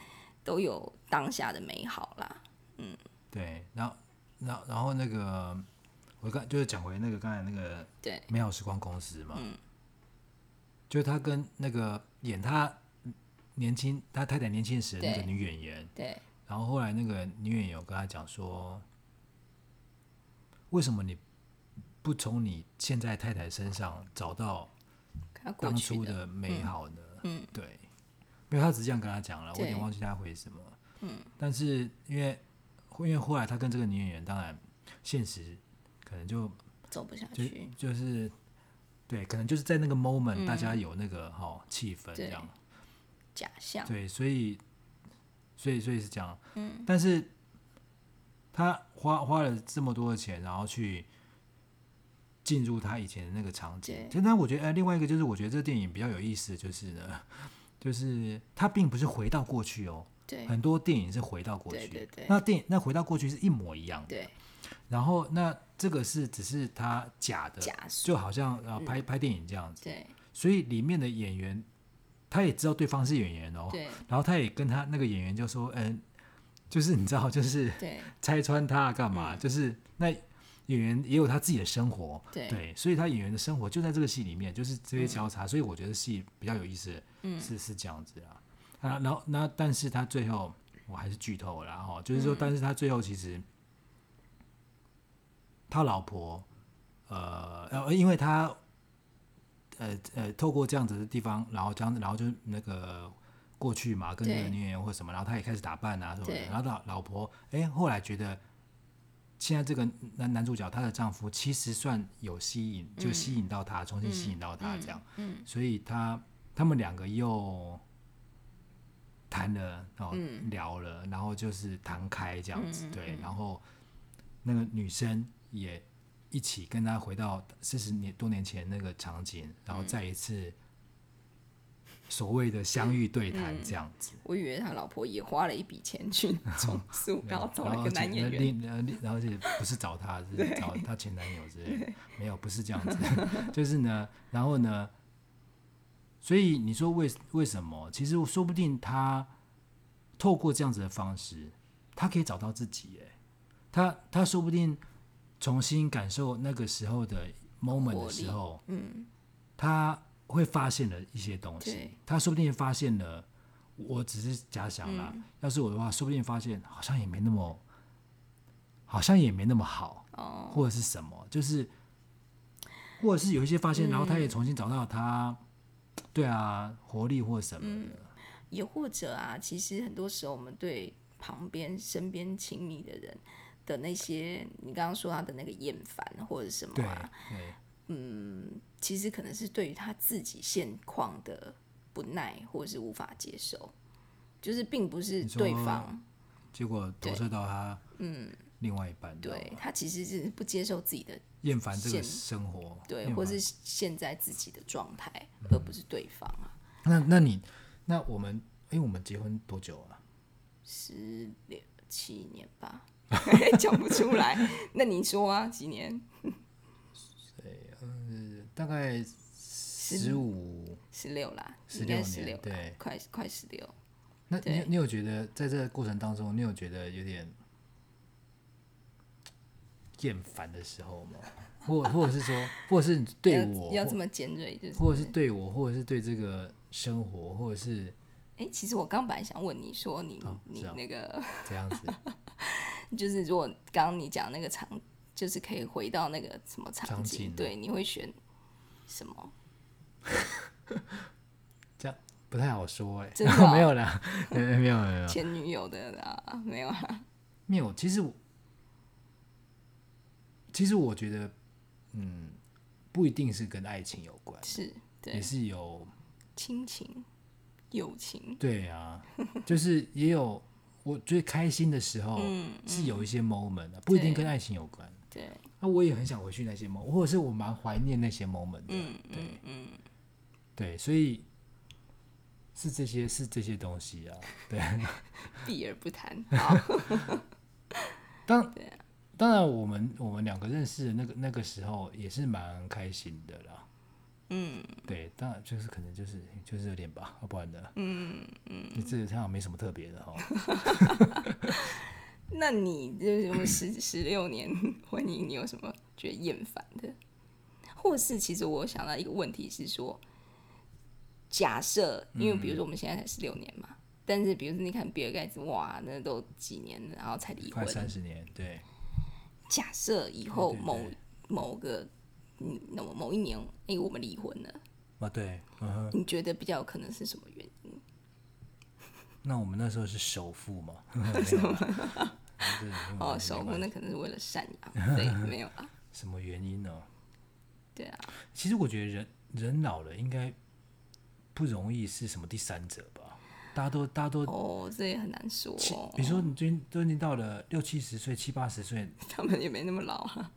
Speaker 2: 都有当下的美好啦。
Speaker 1: 对，然后，然后，然后那个，我刚就是讲回那个刚才那个
Speaker 2: 对
Speaker 1: 美好时光公司嘛，
Speaker 2: 嗯
Speaker 1: 就是他跟那个演他年轻他太太年轻时的那个
Speaker 2: 对
Speaker 1: 女演员，
Speaker 2: 对，
Speaker 1: 然后后来那个女演员有跟他讲说，为什么你不从你现在太太身上找到
Speaker 2: 可他过
Speaker 1: 当
Speaker 2: 去
Speaker 1: 初
Speaker 2: 的，
Speaker 1: 的美好呢？
Speaker 2: 嗯嗯
Speaker 1: 对，没有，他只是这样跟他讲了，我有点
Speaker 2: 对
Speaker 1: 忘记他回什么。嗯，但是因为因为后来他跟这个女演员，当然现实可能就
Speaker 2: 走不下
Speaker 1: 就
Speaker 2: 去。
Speaker 1: 就是对，可能就是在那个 moment，、大家有那个哈、气氛这
Speaker 2: 嗯对
Speaker 1: 样。
Speaker 2: 假象，
Speaker 1: 对，所以所以所以是这样。嗯，但是他花花了这么多的钱，然后去进入他以前的那个场景
Speaker 2: 对。
Speaker 1: 其实他我觉得，哎，另外一个就是，我觉得这电影比较有意思的就是呢，就是他并不是回到过去哦，
Speaker 2: 对
Speaker 1: 很多电影是回到过去。
Speaker 2: 对对对
Speaker 1: 那电影那回到过去是一模一样的。
Speaker 2: 对
Speaker 1: 然后那这个是只是他假的，
Speaker 2: 假说嗯
Speaker 1: 就好像呃拍、拍电影这样子。
Speaker 2: 对
Speaker 1: 所以里面的演员他也知道对方是演员哦。
Speaker 2: 对
Speaker 1: 然后他也跟他那个演员就说，嗯，就是你知道，就是
Speaker 2: 对
Speaker 1: 拆穿他干嘛？就是那演员也有他自己的生活，
Speaker 2: 对嗯
Speaker 1: 所以他演员的生活就在这个戏里面，就是这些交叉，所以我觉得戏比较有意思，嗯，是是这样子啊。啊，然后那但是他最后我还是剧透了哈，就是
Speaker 2: 嗯
Speaker 1: 说，但是他最后其实他老婆，呃，呃，因为他。呃呃，透过这样子的地方，然后这样子，然后就那个过去嘛，跟那个
Speaker 2: 对
Speaker 1: 女演员或什么，然后他也开始打扮啊什么的
Speaker 2: 对，
Speaker 1: 然后老老婆，哎、后来觉得现在这个男男主角她的丈夫其实算有吸引，就吸引到她，重新吸引到她这样，嗯，所以他他们两个又谈了哦，聊了，然后就是谈开这样子，对，然后那个女生也一起跟他回到四十年多年前那个场景，然后再一次所谓的相遇对谈这样子。
Speaker 2: 我以为他老婆也花了一笔 钱去重塑，然后找了一个男演员，
Speaker 1: 员，然后呃另然后是不是找他，是找他前男友之类的，没有，不是这样子， 就是呢，然后呢，所以你说为为什么？其实说不定他透过这样子的方式，他可以找到自己，哎，他他说不定重新感受那个时候的 moment 的时候，嗯，他会发现了一些东西
Speaker 2: 对，
Speaker 1: 他说不定发现了。我只是假想
Speaker 2: 嗯
Speaker 1: 啦，要是我的话，说不定发现好像也没那么，好像也没那么好，
Speaker 2: 哦
Speaker 1: 或者是什么，就是，或者是有一些发现，然
Speaker 2: 嗯
Speaker 1: 后他也重新找到他，对啊，活力或什么的，
Speaker 2: 也或者啊，其实很多时候我们对旁边、身边亲密的人的那些，你刚刚说他的那个厌烦或者什么
Speaker 1: 对
Speaker 2: 啊，
Speaker 1: 对
Speaker 2: 其实可能是对于他自己现况的不耐或者是无法接受，就是并不是
Speaker 1: 你说
Speaker 2: 对方。
Speaker 1: 结果投射到他，嗯，另外一半，
Speaker 2: 对，他其实是不接受自己的
Speaker 1: 厌烦这个
Speaker 2: 现
Speaker 1: 生活，
Speaker 2: 对，
Speaker 1: 厌
Speaker 2: 或
Speaker 1: 烦
Speaker 2: 是现在自己的状态，而不是对方啊。
Speaker 1: 那那你那我们，因为我们结婚多久啊？
Speaker 2: 十六七年吧， 讲不出 来。那你说啊，几年？
Speaker 1: 大概十五。
Speaker 2: 十六啦，
Speaker 1: 16
Speaker 2: 应该
Speaker 1: 年
Speaker 2: 十六，
Speaker 1: 对，
Speaker 2: 快快十六。
Speaker 1: 那你
Speaker 2: 对
Speaker 1: 你有觉得在这个过程当中，你有觉得有点厌烦的时候吗？ 或或者是说，或者是你对
Speaker 2: 要
Speaker 1: 我，
Speaker 2: 要这
Speaker 1: 或
Speaker 2: 么尖锐，就是
Speaker 1: 或者是对我，或者是对这个生活，或者是
Speaker 2: 哎、其实我刚本来想问你说你、
Speaker 1: 哦
Speaker 2: 你
Speaker 1: 是啊
Speaker 2: 那个，
Speaker 1: 怎样子
Speaker 2: 就是如果刚刚你讲那个场，就是可以回到那个什么场
Speaker 1: 场
Speaker 2: 景，
Speaker 1: 景啊
Speaker 2: 对，你会选什么？
Speaker 1: 不太好说哎、
Speaker 2: 真的 哦
Speaker 1: 没有啦，没有没有没有
Speaker 2: 前女友的啊，没有啊，
Speaker 1: 没有。其实我其实我觉得，嗯，不一定是跟爱情有关，
Speaker 2: 是
Speaker 1: 也
Speaker 2: 对
Speaker 1: 是有
Speaker 2: 亲情、友情，
Speaker 1: 对啊， 就是也有我最开心的时候，
Speaker 2: 嗯
Speaker 1: 是有一些 moment 的、不一定跟爱情有关。
Speaker 2: 对，
Speaker 1: 那、我也很想回去那些 moment，或者是我蛮怀念那些 moment 的。
Speaker 2: 嗯
Speaker 1: 对
Speaker 2: 嗯嗯，
Speaker 1: 对，所以是这些是这些东西啊。对，
Speaker 2: 避而不谈。好，
Speaker 1: 当
Speaker 2: 对啊
Speaker 1: 当然我们我们两个认识的那个那个时候也是蛮开心的啦。
Speaker 2: 嗯，
Speaker 1: 对，当然就是可能就是就是有点吧，要不然的，嗯嗯，这好像没什么特别的 哈。
Speaker 2: 那你就是我十十六年婚姻，你有什么觉得厌烦的？或是其实我想到一个问题是说，假设因为比如说我们现在才十六年嘛，但是比如说你看比尔盖茨，哇，那都几年了，然后才离
Speaker 1: 快
Speaker 2: 婚。
Speaker 1: 三十年，对，
Speaker 2: 假设以后
Speaker 1: 对对
Speaker 2: 某某个嗯，那么某一年，哎、我们离婚了，
Speaker 1: 啊，对，嗯哼，
Speaker 2: 你觉得比较有可能是什么原因？
Speaker 1: 那我们那时候是首富嘛？没有啦对没有
Speaker 2: 哦，
Speaker 1: 没
Speaker 2: 守护
Speaker 1: 关
Speaker 2: 那可能是为了赡养，对，没有啊，
Speaker 1: 什么原因呢？
Speaker 2: 对啊，
Speaker 1: 其实我觉得人人老了应该不容易是什么第三者吧？大家都大家都，
Speaker 2: 哦，这也很难说
Speaker 1: 七
Speaker 2: 哦，
Speaker 1: 比如说你最近都已经到了六七十岁、七八十岁，
Speaker 2: 他们也没那么老啊，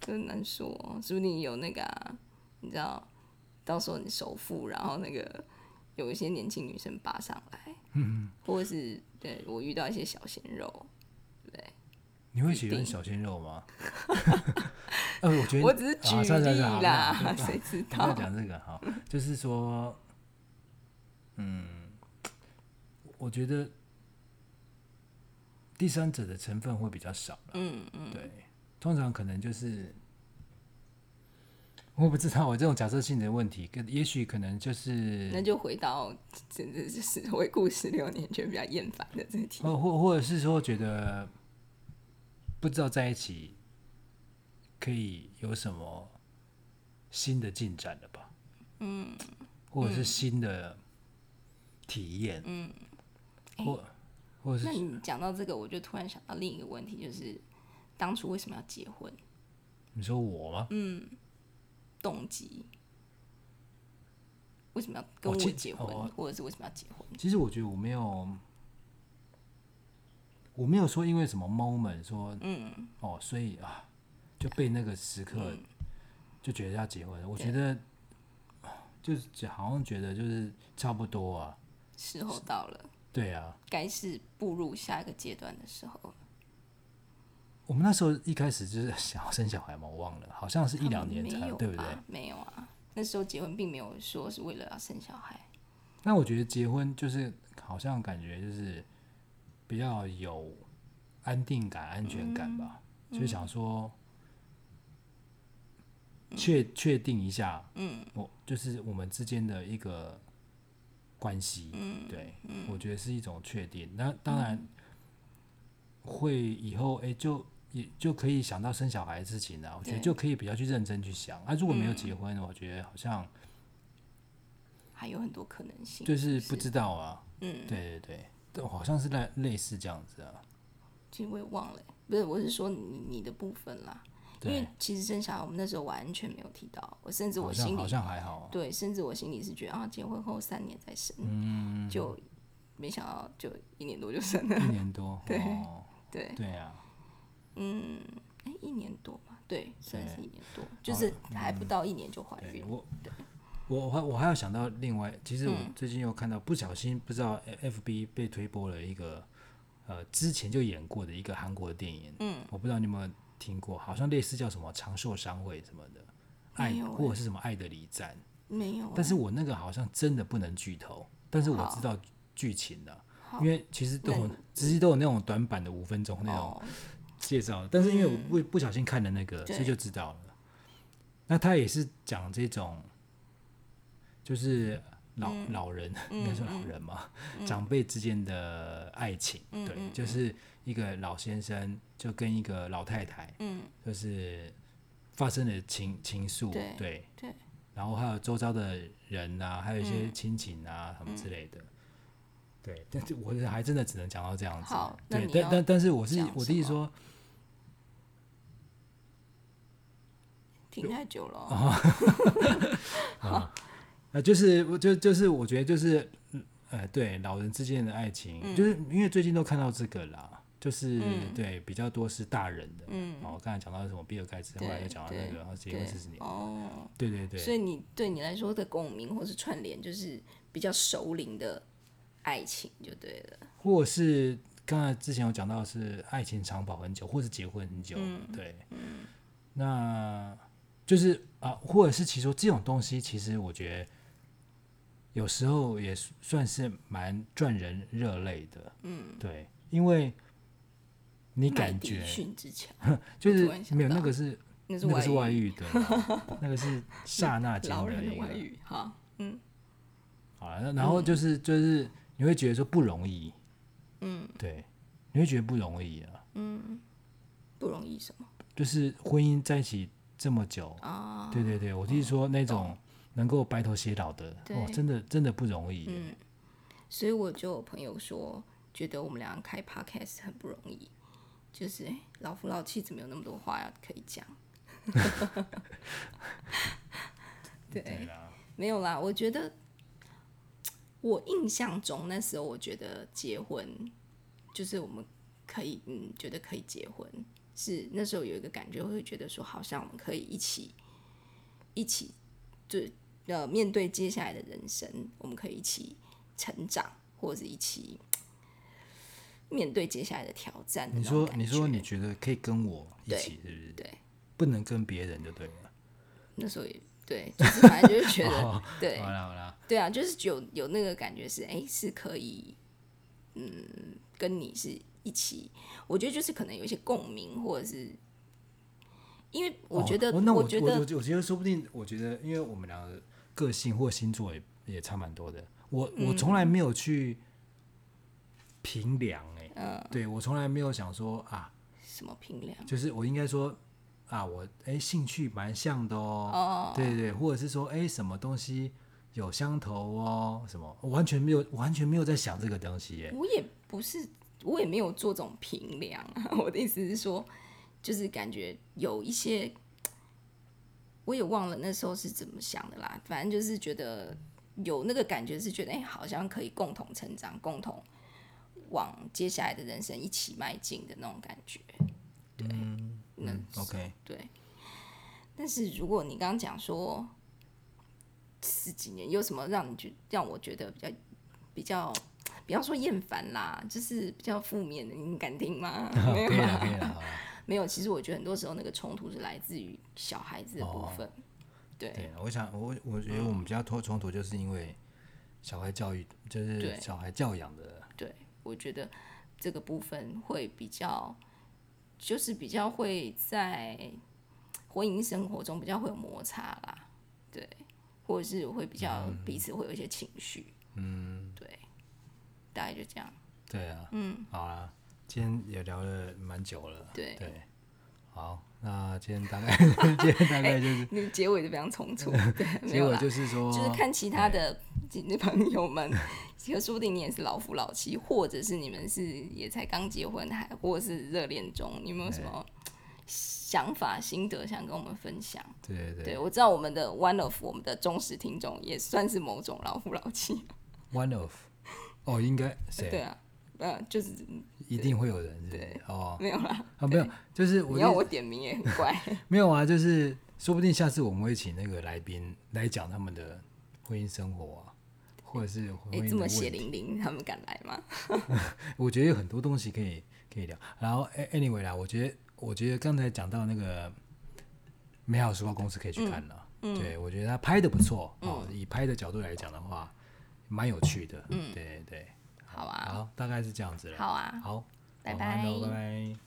Speaker 2: 真难说、哦，说不定有那个、啊，你知道，到时候你首付，然后那个有一些年轻女生扒上来，嗯，或者是对我遇到一些小鲜肉，
Speaker 1: 你会喜
Speaker 2: 不一
Speaker 1: 欢
Speaker 2: 定
Speaker 1: 小鲜肉吗？ 呃，我觉得
Speaker 2: 我只是举
Speaker 1: 啊算了算
Speaker 2: 例
Speaker 1: 了好
Speaker 2: 啦，
Speaker 1: 不要
Speaker 2: 谁知
Speaker 1: 不要
Speaker 2: 道？
Speaker 1: 讲这个哈，就是说，嗯，我觉得第三者的成分会比较少了。嗯嗯，对，通常可能就是我不知道，我这种假设性的问题，跟也许可能就是
Speaker 2: 那就回到这这就是回顾十六年，觉得比较厌烦的这个题。
Speaker 1: 或或或者是说觉得不知道在一起可以有什么新的进展了吧？嗯，或者是新的体验，嗯，或或者
Speaker 2: 那
Speaker 1: 是
Speaker 2: 你讲到这个，我就突然想到另一个问题，就是当初为什么要结婚？
Speaker 1: 你说我吗？嗯，
Speaker 2: 动机？为什么要跟
Speaker 1: 哦
Speaker 2: 我
Speaker 1: 其
Speaker 2: 结婚，
Speaker 1: 哦
Speaker 2: 或者是为什么要结婚？
Speaker 1: 其实我觉得我没有，我没有说因为什么 moment 说，
Speaker 2: 嗯，
Speaker 1: 哦，所以啊，就被那个时刻就觉得要结婚了。我觉得就是好像觉得就是差不多啊，
Speaker 2: 时候到了，
Speaker 1: 对啊。
Speaker 2: 该是步入下一个阶段的时候了。
Speaker 1: 我们那时候一开始就是 想要生小孩嘛，我忘了，好像是一两年
Speaker 2: 他
Speaker 1: 才，
Speaker 2: 们哦没有
Speaker 1: 对不对？
Speaker 2: 吧？没有啊，那时候结婚并没有说是为了要生小孩。
Speaker 1: 那我觉得结婚就是好像感觉就是比较有安定感、安全感吧，就是想说确确定一下，嗯，我就是我们之间的一个关系，嗯，对，我觉得是一种确定。那当然会以后哎、诶就。也就可以想到生小孩的事情了、啊我觉得
Speaker 2: 对
Speaker 1: 就可以比较去认真去想。啊，如果没有结婚，我觉得好像
Speaker 2: 还有很多可能性，
Speaker 1: 就是不知道啊。嗯，对对对，但好像是类类似这样子啊。
Speaker 2: 其实我也忘了欸、不是，我是说你你的部分啦，因为
Speaker 1: 对，
Speaker 2: 其实生小孩我们那时候完全没有提到，我甚至
Speaker 1: 好
Speaker 2: 我
Speaker 1: 像
Speaker 2: 心
Speaker 1: 好
Speaker 2: 里
Speaker 1: 像还好啊。
Speaker 2: 对，甚至我心里是觉得啊，结婚后三年再生，
Speaker 1: 嗯
Speaker 2: 就没想到就一年多就生了，
Speaker 1: 一年多。
Speaker 2: 对
Speaker 1: 哦
Speaker 2: 对，
Speaker 1: 对啊，
Speaker 2: 嗯，哎、一年多嘛，对，算
Speaker 1: 对
Speaker 2: 是
Speaker 1: 哦
Speaker 2: 一年多，就是还不到一年就怀
Speaker 1: 对
Speaker 2: 孕，
Speaker 1: 我我我还我还有想到另外，其实我
Speaker 2: 嗯
Speaker 1: 最近又看到不小心不知道 F B 被推播了一个呃之前就演过的一个韩国的电影，嗯，我不知道你有没有听过，好像类似叫什么长寿商会什么的，爱
Speaker 2: 没有欸
Speaker 1: 或者是什么爱的礼赞，
Speaker 2: 没有欸，
Speaker 1: 但是我那个好像真的不能剧透，但是我
Speaker 2: 好
Speaker 1: 知道剧情的，因为其实都有
Speaker 2: 那你，
Speaker 1: 其实都有那种短版的五分钟那种
Speaker 2: 哦，
Speaker 1: 介绍，但是因为我不不小心看了那个，
Speaker 2: 嗯对
Speaker 1: 所以就知道了。那他也是讲这种，就是老、
Speaker 2: 嗯
Speaker 1: 老人，应该说老人嘛，长辈之间的爱情，
Speaker 2: 嗯
Speaker 1: 对，就是一个老先生就跟一个老太太，
Speaker 2: 嗯，
Speaker 1: 就是发生了情情愫，
Speaker 2: 对
Speaker 1: 对
Speaker 2: 对，嗯
Speaker 1: 然后还有周遭的人啊，还有一些亲情啊、什么之类的。对，但是我还真的只能讲到这样子
Speaker 2: 好。那
Speaker 1: 对
Speaker 2: 你，
Speaker 1: 但
Speaker 2: 要
Speaker 1: 但但是我是
Speaker 2: 讲
Speaker 1: 我
Speaker 2: 什
Speaker 1: 弟
Speaker 2: 么
Speaker 1: 说，
Speaker 2: 停太久了哦，
Speaker 1: 呃，就是我就就是我觉得就是，嗯呃，对，老人之间的爱情，
Speaker 2: 嗯
Speaker 1: 就是因为最近都看到这个啦，就是、对比较多是大人的。嗯，哦，刚才讲到什么比尔盖茨，后来
Speaker 2: 对
Speaker 1: 又讲到
Speaker 2: 对
Speaker 1: 那个，然后结婚
Speaker 2: 对
Speaker 1: 四十年，
Speaker 2: 哦，
Speaker 1: 对对对，
Speaker 2: 所以你对你来说的共鸣或是串联，就是比较熟龄的爱情就对了。
Speaker 1: 或者是刚才之前有讲到是爱情长跑很久，或是结婚很久，
Speaker 2: 嗯
Speaker 1: 对，那就是啊、或者是其实这种东西，其实我觉得有时候也算是蛮赚人热泪的，嗯，对，因为你感觉
Speaker 2: 麦迪逊之强，
Speaker 1: 就是
Speaker 2: 我突然想
Speaker 1: 没有
Speaker 2: 到
Speaker 1: 那个是
Speaker 2: 那
Speaker 1: 那个是
Speaker 2: 外
Speaker 1: 外遇的啦，那个是 刹那间
Speaker 2: 老
Speaker 1: 的
Speaker 2: 人
Speaker 1: 一
Speaker 2: 的外
Speaker 1: 个，
Speaker 2: 遇嗯哈。
Speaker 1: 好了，那然后就是、就是你会觉得说不容易，嗯，对，你会觉得不容易啊。
Speaker 2: 不容易什么哦
Speaker 1: 就是婚姻在一起这么久，对对对，我弟说那种，能够白头偕老的，
Speaker 2: 对
Speaker 1: 哦，真的真的不容易耶。
Speaker 2: 嗯，所以我就有朋友说，觉得我们俩开 podcast 很不容易，就是诶老夫老妻怎么有那么多话要可以讲？对，
Speaker 1: 啦，
Speaker 2: 没有啦，我觉得我印象中那时候我觉得结婚就是我们可以嗯觉得可以结婚，是那时候有一个感觉会觉得说好像我们可以一起一起就呃面对接下来的人生，我们可以一起成长或者是一起。面对接下来的挑战的
Speaker 1: 你
Speaker 2: 那种
Speaker 1: 说
Speaker 2: 感
Speaker 1: 你说
Speaker 2: 觉
Speaker 1: 你觉得可以跟我一
Speaker 2: 对
Speaker 1: 起，是不是？
Speaker 2: 对，
Speaker 1: 不能跟别人就对了。
Speaker 2: 那时候也对，就是反正就是觉得、
Speaker 1: 哦
Speaker 2: 对，
Speaker 1: 好啦好啦，
Speaker 2: 对啊，就是有有那个感觉是，哎、是可以，嗯，跟你是一起，我觉得就是可能有一些共鸣，或者是，因为我觉得，
Speaker 1: 哦那我
Speaker 2: 觉
Speaker 1: 我
Speaker 2: 得
Speaker 1: 我我觉得说不定，我觉得因为我们两个个性或星座也也差蛮多的，我
Speaker 2: 嗯
Speaker 1: 我从来没有去评量哎、
Speaker 2: 嗯
Speaker 1: 对我从来没有想说啊，
Speaker 2: 什么评量，
Speaker 1: 就是我应该说啊，我哎、兴趣蛮像的哦，
Speaker 2: 哦
Speaker 1: 对对，或者是说哎、什么东西有相投哦，什么我完全没有完全没有在想这个东西耶、
Speaker 2: 我也不是，我也没有做这种评量啊。 我的意思是说，就是感觉有一些，我也忘了那时候是怎么想的啦。反正就是觉得有那个感觉，是觉得哎、好像可以共同成长，共同往接下来的人生一起迈进的那种感觉。对，
Speaker 1: 嗯，OK，
Speaker 2: 那对。但是如果你刚刚讲说十几年有什么让你觉让我觉得比较比较不要说厌烦啦，就是比较负面的，你敢听吗？ 没有
Speaker 1: 可以了可以
Speaker 2: 啦，
Speaker 1: 了，好啦
Speaker 2: 没有。其实我觉得很多时候那个冲突是来自于小孩子的部分， 对
Speaker 1: 对，我想我我觉得我们比较冲冲突，就是因为小孩教育，就是
Speaker 2: 对
Speaker 1: 小孩教养的，
Speaker 2: 对，我觉得这个部分会比较，就是比较会在婚姻生活中比较会有摩擦啦，对，或者是会比较彼此会有一些情绪，嗯，对，大概就这样，
Speaker 1: 对啊，嗯，好啊，今天也聊了蛮久了，
Speaker 2: 对
Speaker 1: 对，好，那今天大概今天大概就是
Speaker 2: 那个结尾就非常匆 促，对，哎没
Speaker 1: 结
Speaker 2: 有
Speaker 1: 果
Speaker 2: 啦。
Speaker 1: 就是说，
Speaker 2: 就是看其他的 朋友们，其实说不定你也是老夫老妻，或者是你们是也才刚结婚，还或者是热恋中，你有没有什么想法、心得想跟我们分享？
Speaker 1: 对对
Speaker 2: 对
Speaker 1: 对
Speaker 2: 我知道我们的 One of 我们的忠实听众也算是某种老夫老妻，
Speaker 1: ，one of，哦，应该
Speaker 2: 对
Speaker 1: 谁
Speaker 2: 啊，呃，就是
Speaker 1: 一定会有人是不是
Speaker 2: 对
Speaker 1: 哦
Speaker 2: 没有啦，
Speaker 1: 啊没有，就是我
Speaker 2: 你要
Speaker 1: 就
Speaker 2: 我点名也很怪，
Speaker 1: 没有啊，就是说不定下次我们会请那个来宾来讲他们的婚姻生活啊，或者是婚
Speaker 2: 哎、
Speaker 1: 姻的
Speaker 2: 这么
Speaker 1: 问
Speaker 2: 血
Speaker 1: 题。
Speaker 2: 淋淋，他们敢来吗？
Speaker 1: 我觉得有很多东西可以可以聊。然后，a- anyway 啦，我觉得我觉得刚才讲到那个《美好时光公司》可以去看了，
Speaker 2: 嗯
Speaker 1: 对我觉得他拍的不错哦，以拍的角度来讲的话，蛮有趣的，嗯，对对，
Speaker 2: 好啊，
Speaker 1: 好，大概是这样子了，
Speaker 2: 好啊，
Speaker 1: 好，
Speaker 2: 拜
Speaker 1: 晚安咯
Speaker 2: 拜
Speaker 1: 拜拜。